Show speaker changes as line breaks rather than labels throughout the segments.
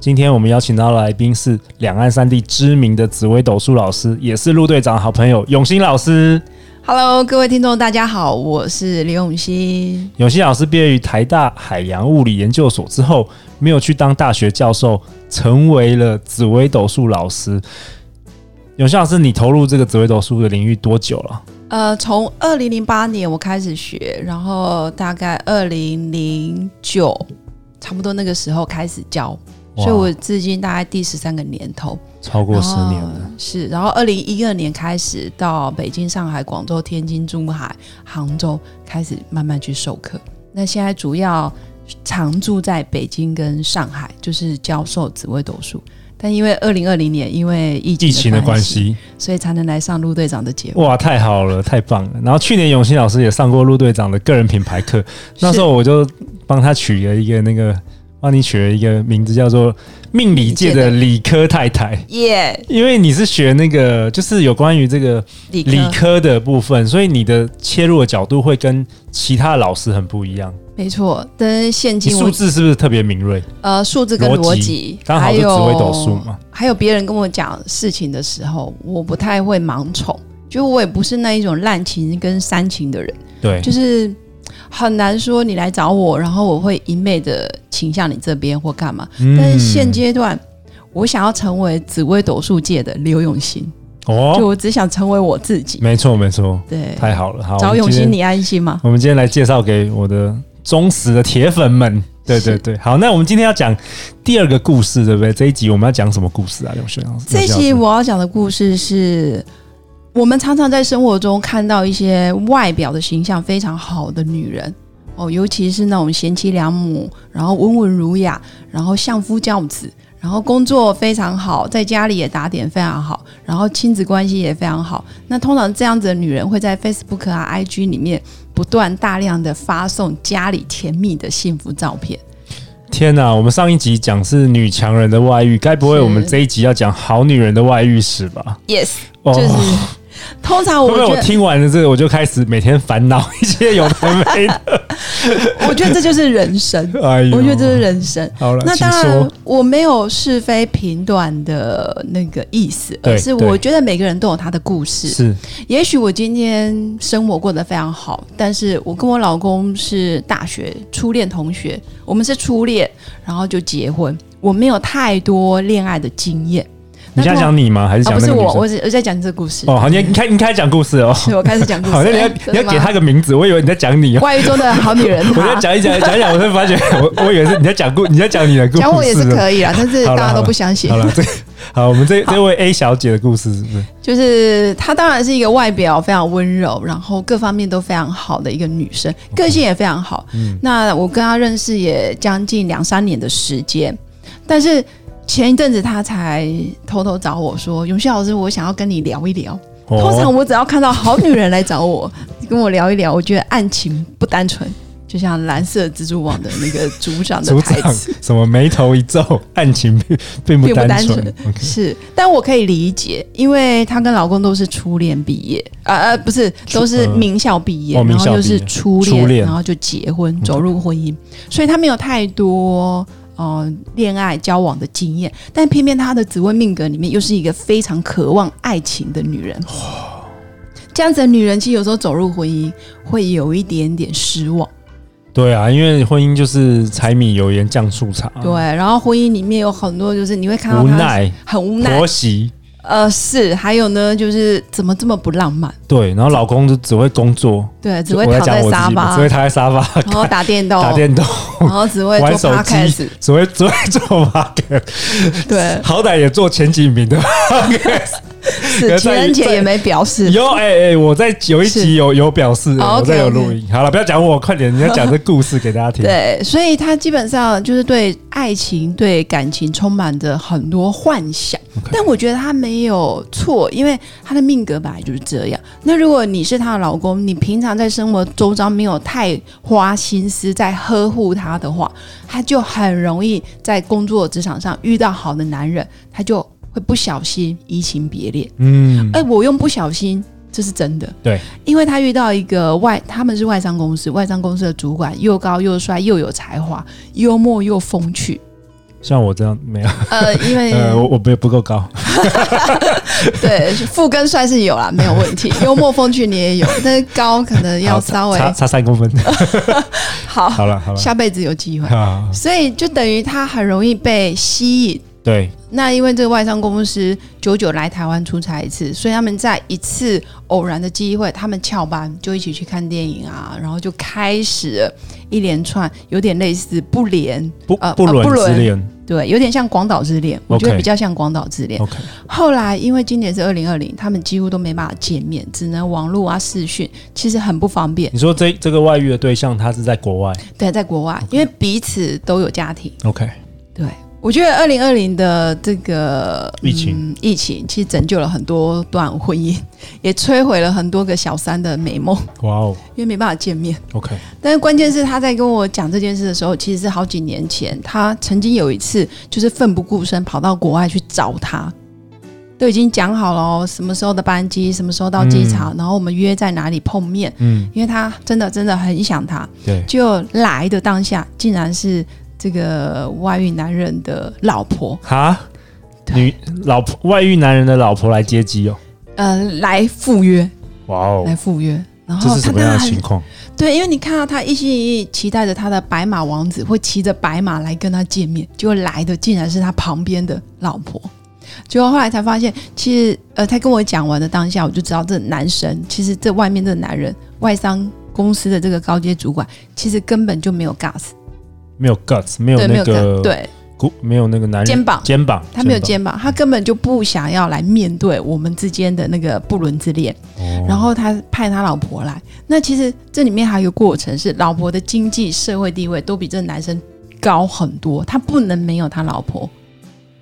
今天我们邀请到的来宾是两岸三地知名的紫薇斗数老师，也是陆队长好朋友永兴老师。
Hello，各位听众，大家好，我是刘永新。
永兴老师毕业于台大海洋物理研究所之后，没有去当大学教授，成为了紫微斗数老师。永兴老师，你投入这个紫微斗数的领域多久了？
呃，从二零零八年我开始学，然后大概二零零九，差不多那个时候开始教，
哇
所以我至今大概第十三个年头。
超过十年了。
然后是，然后二零一二年开始到北京、上海、广州、天津、珠海、杭州开始慢慢去授课。那现在主要常住在北京跟上海，就是教授紫微斗数。但因为二零二零年因为疫
疫情的关
系，
系，
所以才能来上陆队长的 节目。
哇，太好了，太棒了！然后去年永兴老师也上过陆队长的个人品牌课，那时候我就帮他取了一个那个，帮你取了一个名字叫做“命理界的理科太太
耶”，，
因为你是学那个就是有关于这个
理科
理科的部分，所以你的切入的角度会跟其他老师很不一样。
没错。但是现
你
今
数
我
字是不是特别敏锐？
呃数字跟
逻
逻
辑
辑，
刚好
还
是紫
有
微斗数嘛，
还有别人跟我讲事情的时候，我不太会盲从，就我也不是那一种滥情跟煽情的人，
对，
就是很难说你来找我，然后我会一昧的倾向你这边或干嘛。
嗯
但是现阶段，我想要成为紫微斗数界的刘永新，就
哦，
我只想成为我自己。
没错没错，
对，
太好了，好，我
找
们
永
今
新
天
你安心吗？
我们今天来介绍给我的忠实的铁粉们。对对
是
对，好，那我们今天要讲第二个故事，对不对？这一集我们要讲什么故事啊？刘学老师，
这一
刘学
期
老师
我要讲的故事是，我们常常在生活中看到一些外表的形象非常好的女人哦，尤其是那种贤妻良母，然后温文儒雅，然后相夫教子，然后工作非常好，在家里也打点非常好，然后亲子关系也非常好。那通常这样子的女人会在 Facebook 啊、IG 里面不断大量的发送家里甜蜜的幸福照片。
天哪，我们上一集讲是女强人的外遇，该不会
是
我们这一集要讲好女人的外遇史吧？
Yes，
哦
就是、通常我
会不会
觉
我
得。
听完了这个，我就开始每天烦恼一些有的没的？
我觉得这就是人生，
哎呦，
我觉得这是人生。
好了，
那
请
当
说
然，，我没有是非评断的那个意思，
对
而是我觉得每个人都有他的故事。
是
也许我今天生活过得非常好，但是我跟我老公是大学初恋同学，我们是初恋，然后就结婚，我没有太多恋爱的经验。
你现在讲你吗？还是
啊，
讲
不
那
是
个女
我，
生？
我只我在讲这个故事。
哦，好，你你开你开始讲故事哦。
对，我开始讲故事。
好，那你要
哎真
你
的
要给
吗
他个名字，我以为你在讲你哦。
外语中的好女人
，我在
她
讲一讲讲一讲，我才发觉我我以为是你在讲故你在讲你的故事。
讲我也是可以啦，但是
好啦
大家都不相信
好。了，这好，我们这这位 A 小姐的故事是不是？
就是她当然是一个外表非常温柔，然后各方面都非常好的一个女生，个性也非常好。那我跟她认识也将近两三年的时间，但是前一阵子她才偷偷找我说：“永旭老师，我想要跟你聊一聊。”通常
哦，
我只要看到好女人来找我，跟我聊一聊，我觉得案情不单纯，就像蓝色蜘蛛网的那个组长 的
组
台
长
词。
什么眉头一皱，案情并并不
并不
单
单
纯
纯。
OK
是，但我可以理解，因为她跟老公都是初恋毕业，呃呃，不是，都是名校毕业，
哦名
然
校
后就是
毕业
初
初恋
恋，然后就结婚，走入婚姻，所以她没有太多呃恋爱交往的经验，但偏偏她的紫微命格里面又是一个非常渴望爱情的女人。这样子的女人，其实有时候走入婚姻会有一点点失望。
对啊，因为婚姻就是柴米油盐酱醋茶，
对，然后婚姻里面有很多，就是你会看到
啊无
她
奈
很无奈，
婆媳。
呃，是，还有呢，就是怎么这么不浪漫？
对，然后老公就只会工作，
对，只
就
会
我在
躺
讲
在
我自
沙
己嘛，只
发
会，躺在沙发
然后打电动，
打电动，
然后只会做
玩手机
podcast，
只会只会做 p o d
对，
好歹也做前几名的 p o d c a
是情人节也没表示，
有哎哎、我在有一集
是
有有表示，
哦
我在
OK，OK
有录音。好了，不要讲我，快点，你要讲这故事给大家听。
对，所以他基本上就是对爱情、对感情充满着很多幻想
OK
但我觉得他没有错，因为他的命格本来就是这样。那如果你是他的老公，你平常在生活周遭没有太花心思在呵护他的话，他就很容易在工作职场上遇到好的男人，他就会不小心移情别恋。
嗯，
哎、我用不小心，这是真的。
对，
因为他遇到一个外，他们是外商公司，外商公司的主管又高又帅又有才华，幽默又风趣。
像我这样没有，
呃，因 为、
呃，我我不不够高，
对富跟帅是有啦，没有问题。幽默风趣你也有，但是高可能要
好
稍微哦
差差三公分。
好，
好了好了，
下辈子有机会。
啊，
所以就等于他很容易被吸引。
对，
那因为这个外商公司久久来台湾出差一次，所以他们在一次偶然的机会，他们翘班就一起去看电影啊，然后就开始了一连串有点类似不连，
不
呃
不伦
不伦
之恋
对，有点像广岛之恋，我觉得
OK
比较像广岛之恋。
，OK，
后来因为今年是二零二零，他们几乎都没办法见面，只能网络啊视讯，其实很不方便。
你说这这个外遇的对象他是在国外
对，在国外，因为彼此都有家庭。
，OK，
对，我觉得二零二零的这个
疫情
嗯疫情其实拯救了很多段婚姻，也摧毁了很多个小三的美梦，
哇哦
因为没办法见面。
，OK，
但是关键是他在跟我讲这件事的时候，其实是好几年前，他曾经有一次就是奋不顾身跑到国外去找他。都已经讲好了哦，什么时候的班机，什么时候到机场，然后我们约在哪里碰面，
嗯，
因为他真的真的很想他。
对，
就来的当下，竟然是这个外遇男人的老婆，
哈，
对
女老婆外遇男人的老婆来接机哦，
呃，来赴约，
哇哦
来，赴约。然
这
后
是
他
什么
当
样
然
的
很
情况？
对，因为你看到他一心一意期待着他的白马王子会骑着白马来跟他见面，结果来的竟然是他旁边的老婆。结果后来才发现，其实呃，他跟我讲完的当下，我就知道这男生其实这外面这男人，外商公司的这个高阶主管，其实根本就没有 gas，
没有 guts，没有
对，没
那
有 gas，
个
对，
骨，没有那个男人
肩膀
肩膀，
他没有肩膀，他根本就不想要来面对我们之间的那个不伦之恋。
哦
然后他派他老婆来，那其实这里面还有一个过程是，老婆的经济社会地位都比这男生高很多，他不能没有他老婆，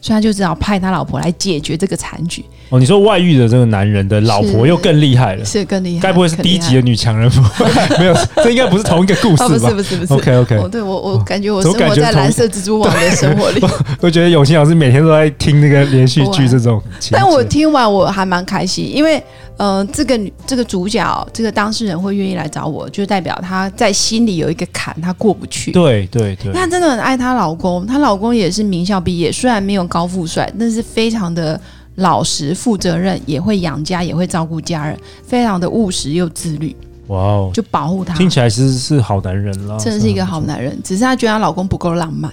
所以他就只好派他老婆来解决这个残局，
哦，你说外遇的这个男人的老婆
是
又更厉害了，
是更厉害。
啊该不会是
更
低
厉害
级的女强人吧？ 没有，这应该不是同一个故
哦，不
事
是
吧
不是不是。
？OK OK，
哦，对我，我
哦
感觉我
怎
生
么感
活
觉
在
同
蓝色蜘蛛网的生活 里，
我觉得永新老师每天都在听那个连续剧这种情节，
但我听完我还蛮开心，因为呃，这个女这个主角这个当事人会愿意来找我，就代表她在心里有一个坎，她过不去。
对对对，
她真的很爱她老公，她老公也是名校毕业，虽然没有高富帅，但是非常的老实、负责任，也会养家，也会照顾家人，非常的务实又自律，
哇哦，
就保护她。
听起来其实是好男人啦，
真的是一个
很
好男人，只是她觉得她老公不够浪漫，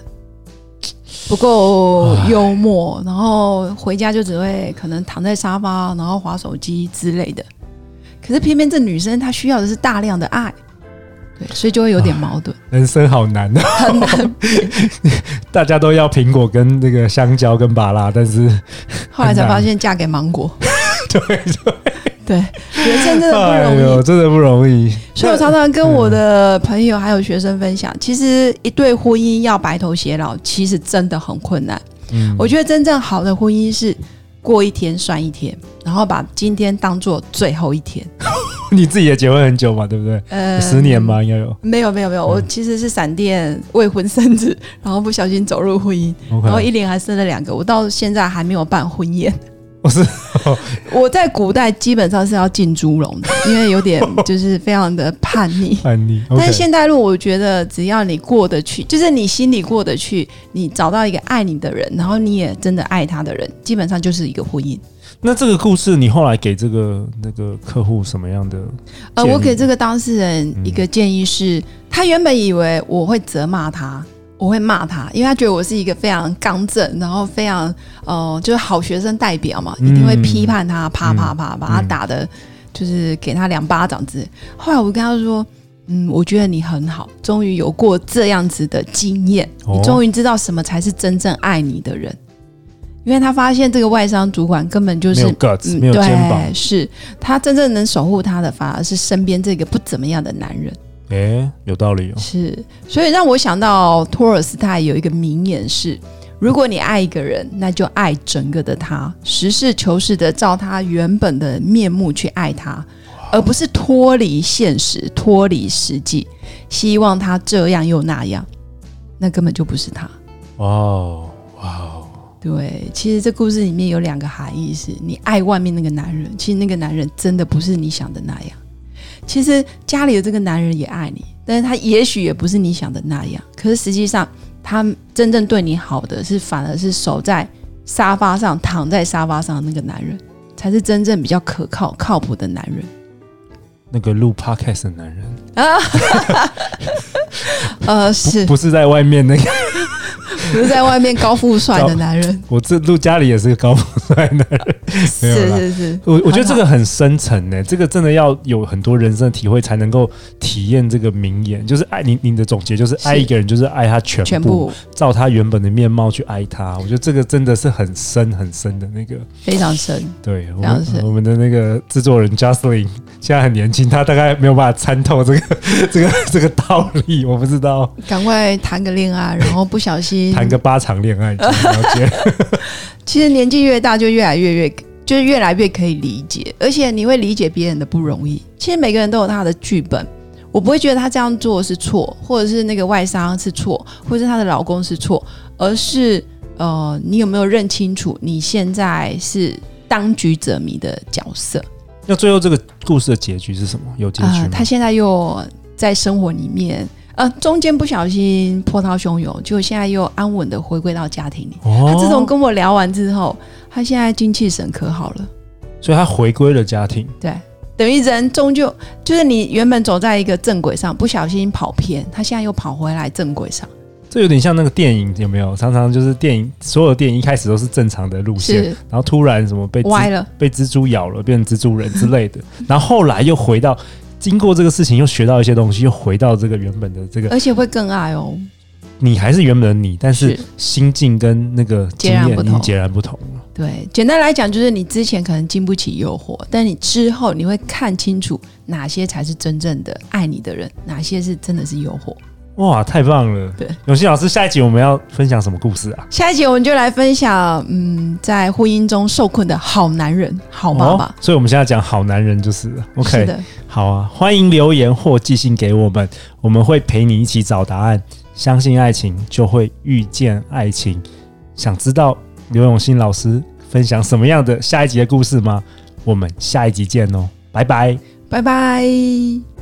不够幽默，然后回家就只会可能躺在沙发，然后划手机之类的。可是偏偏这女生她需要的是大量的爱，对，所以就会有点 矛盾。
人生好难的，
很难
大家都要苹果跟那个香蕉跟芭拉，但 是
后来才发现嫁给芒果，
对，对
对，人生真的不
哎
容易。
呦，嗯真的不容易，
所以我常常跟我的朋友还有学生分享，其实一对婚姻要白头偕老，其实真的很困难。
嗯
我觉得真正好的婚姻是过一天算一天，然后把今天当做最后一天。
你自己也结婚很久嘛，对不对？
呃
十年？嗯嘛，应该有
没有没有没有，我其实是闪电未婚生子，然后不小心走入婚姻，然后
，OK，
一连还生了两个，我到现在还没有办婚宴。
我是。
我在古代基本上是要进猪笼的，因为有点就是非常的叛逆
叛逆
但
，OK，
是现代路，我觉得只要你过得去，就是你心里过得去，你找到一个爱你的人，然后你也真的爱他的人，基本上就是一个婚姻。
那这个故事你后来给这个那个客户什么样的？
呃，
建议
我给这个当事人一个建议是，他原本以为我会责骂他，我会骂他，因为他觉得我是一个非常刚正，然后
嗯
非常呃，就是好学生代表嘛，一定会批判他，啪啪啪，把他打的就是给他两巴掌之类。后来我跟他说，嗯，我觉得你很好，终于有过这样子的经验，
哦
你终于知道什么才是真正爱你的人。因为他发现这个外商主管根本就
没
是嗯
有 guts，没有肩膀，
对，是他真正能守护他的，反而是身边这个不怎么样的男人。
诶、有道理哦。
是，所以让我想到托尔斯泰有一个名言是：如果你爱一个人，那就爱整个的他，实事求是的照他原本的面目去爱他，而不是脱离现实、脱离实际，希望他这样又那样，那根本就不是他。
哇哦，哇哦，
对，其实这故事里面有两个含义是：你爱外面那个男人，其实那个男人真的不是你想的那样。其实家里的这个男人也爱你，但是他也许也不是你想的那样。可是实际上，他真正对你好的是，反而是守在沙发上、躺在沙发上的那个男人，才是真正比较可靠、靠谱的男人。
那个录 podcast 的男人，
啊，呃，是
不是在外面那个，
不是在外面高富帅的男人？
我这录家里也是个高富帅男人。 没有
是
啦
是是，
我我觉得这个很深层呢、这个真的要有很多人生的体会才能够体验这个名言，就是爱你你的总结就是爱
是
一个人就是爱他全部，
全部
照他原本的面貌去爱他。我觉得这个真的是很深很深的那个。
非常深。
对，我
了
们
解
我们的那个制作人 Justin 现在很年轻，他大概没有办法参透这个 这个这个道理，我不知道。
赶快谈个恋爱，然后不 小心
谈个八场恋爱，了解
其实年纪越大，就越来越越就是越来越可以理解，而且你会理解别人的不容易。其实每个人都有他的剧本，我不会觉得他这样做是错，或者是那个外商是错，或者是她的老公是错，而是呃，你有没有认清楚你现在是当局者迷的角色？
那最后这个故事的结局是什么？有结局
啊，
吗？
他现在又在生活里面，呃，中间不小心波涛汹涌，就现在又安稳的回归到家庭里。
哦
他自从跟我聊完之后，他现在精气神可好了。
所以他回归了家庭，
对，等于人终究就是你原本走在一个正轨上，不小心跑偏，他现在又跑回来正轨上。
这有点像那个电影，有没有？常常就是电影，所有电影一开始都是正常的路线，
是
然后突然什么被
歪
蜘
了，
被蜘蛛咬了，变成蜘蛛人之类的，然后后来又回到。经过这个事情，又学到一些东西，又回到这个原本的这个，
而且会更爱哦。
你还是原本的你，但是
是
心境跟那个经
截然
验
不
已
同
经截然不同了。
对，简单来讲就是你之前可能经不起诱惑，但你之后你会看清楚哪些才是真正的爱你的人，哪些是真的是诱惑。
哇，太棒了！
对，
永信老师，下一集我们要分享什么故事啊？
下一集我们就来分享，嗯，在婚姻中受困的好男人、好妈妈。
哦，所以我们现在讲好男人就是了哦 OK，
是的，
好啊，欢迎留言或寄信给我们，我们会陪你一起找答案。相信爱情，就会遇见爱情。想知道刘永信老师分享什么样的下一集的故事吗？我们下一集见哦，拜拜。
拜拜。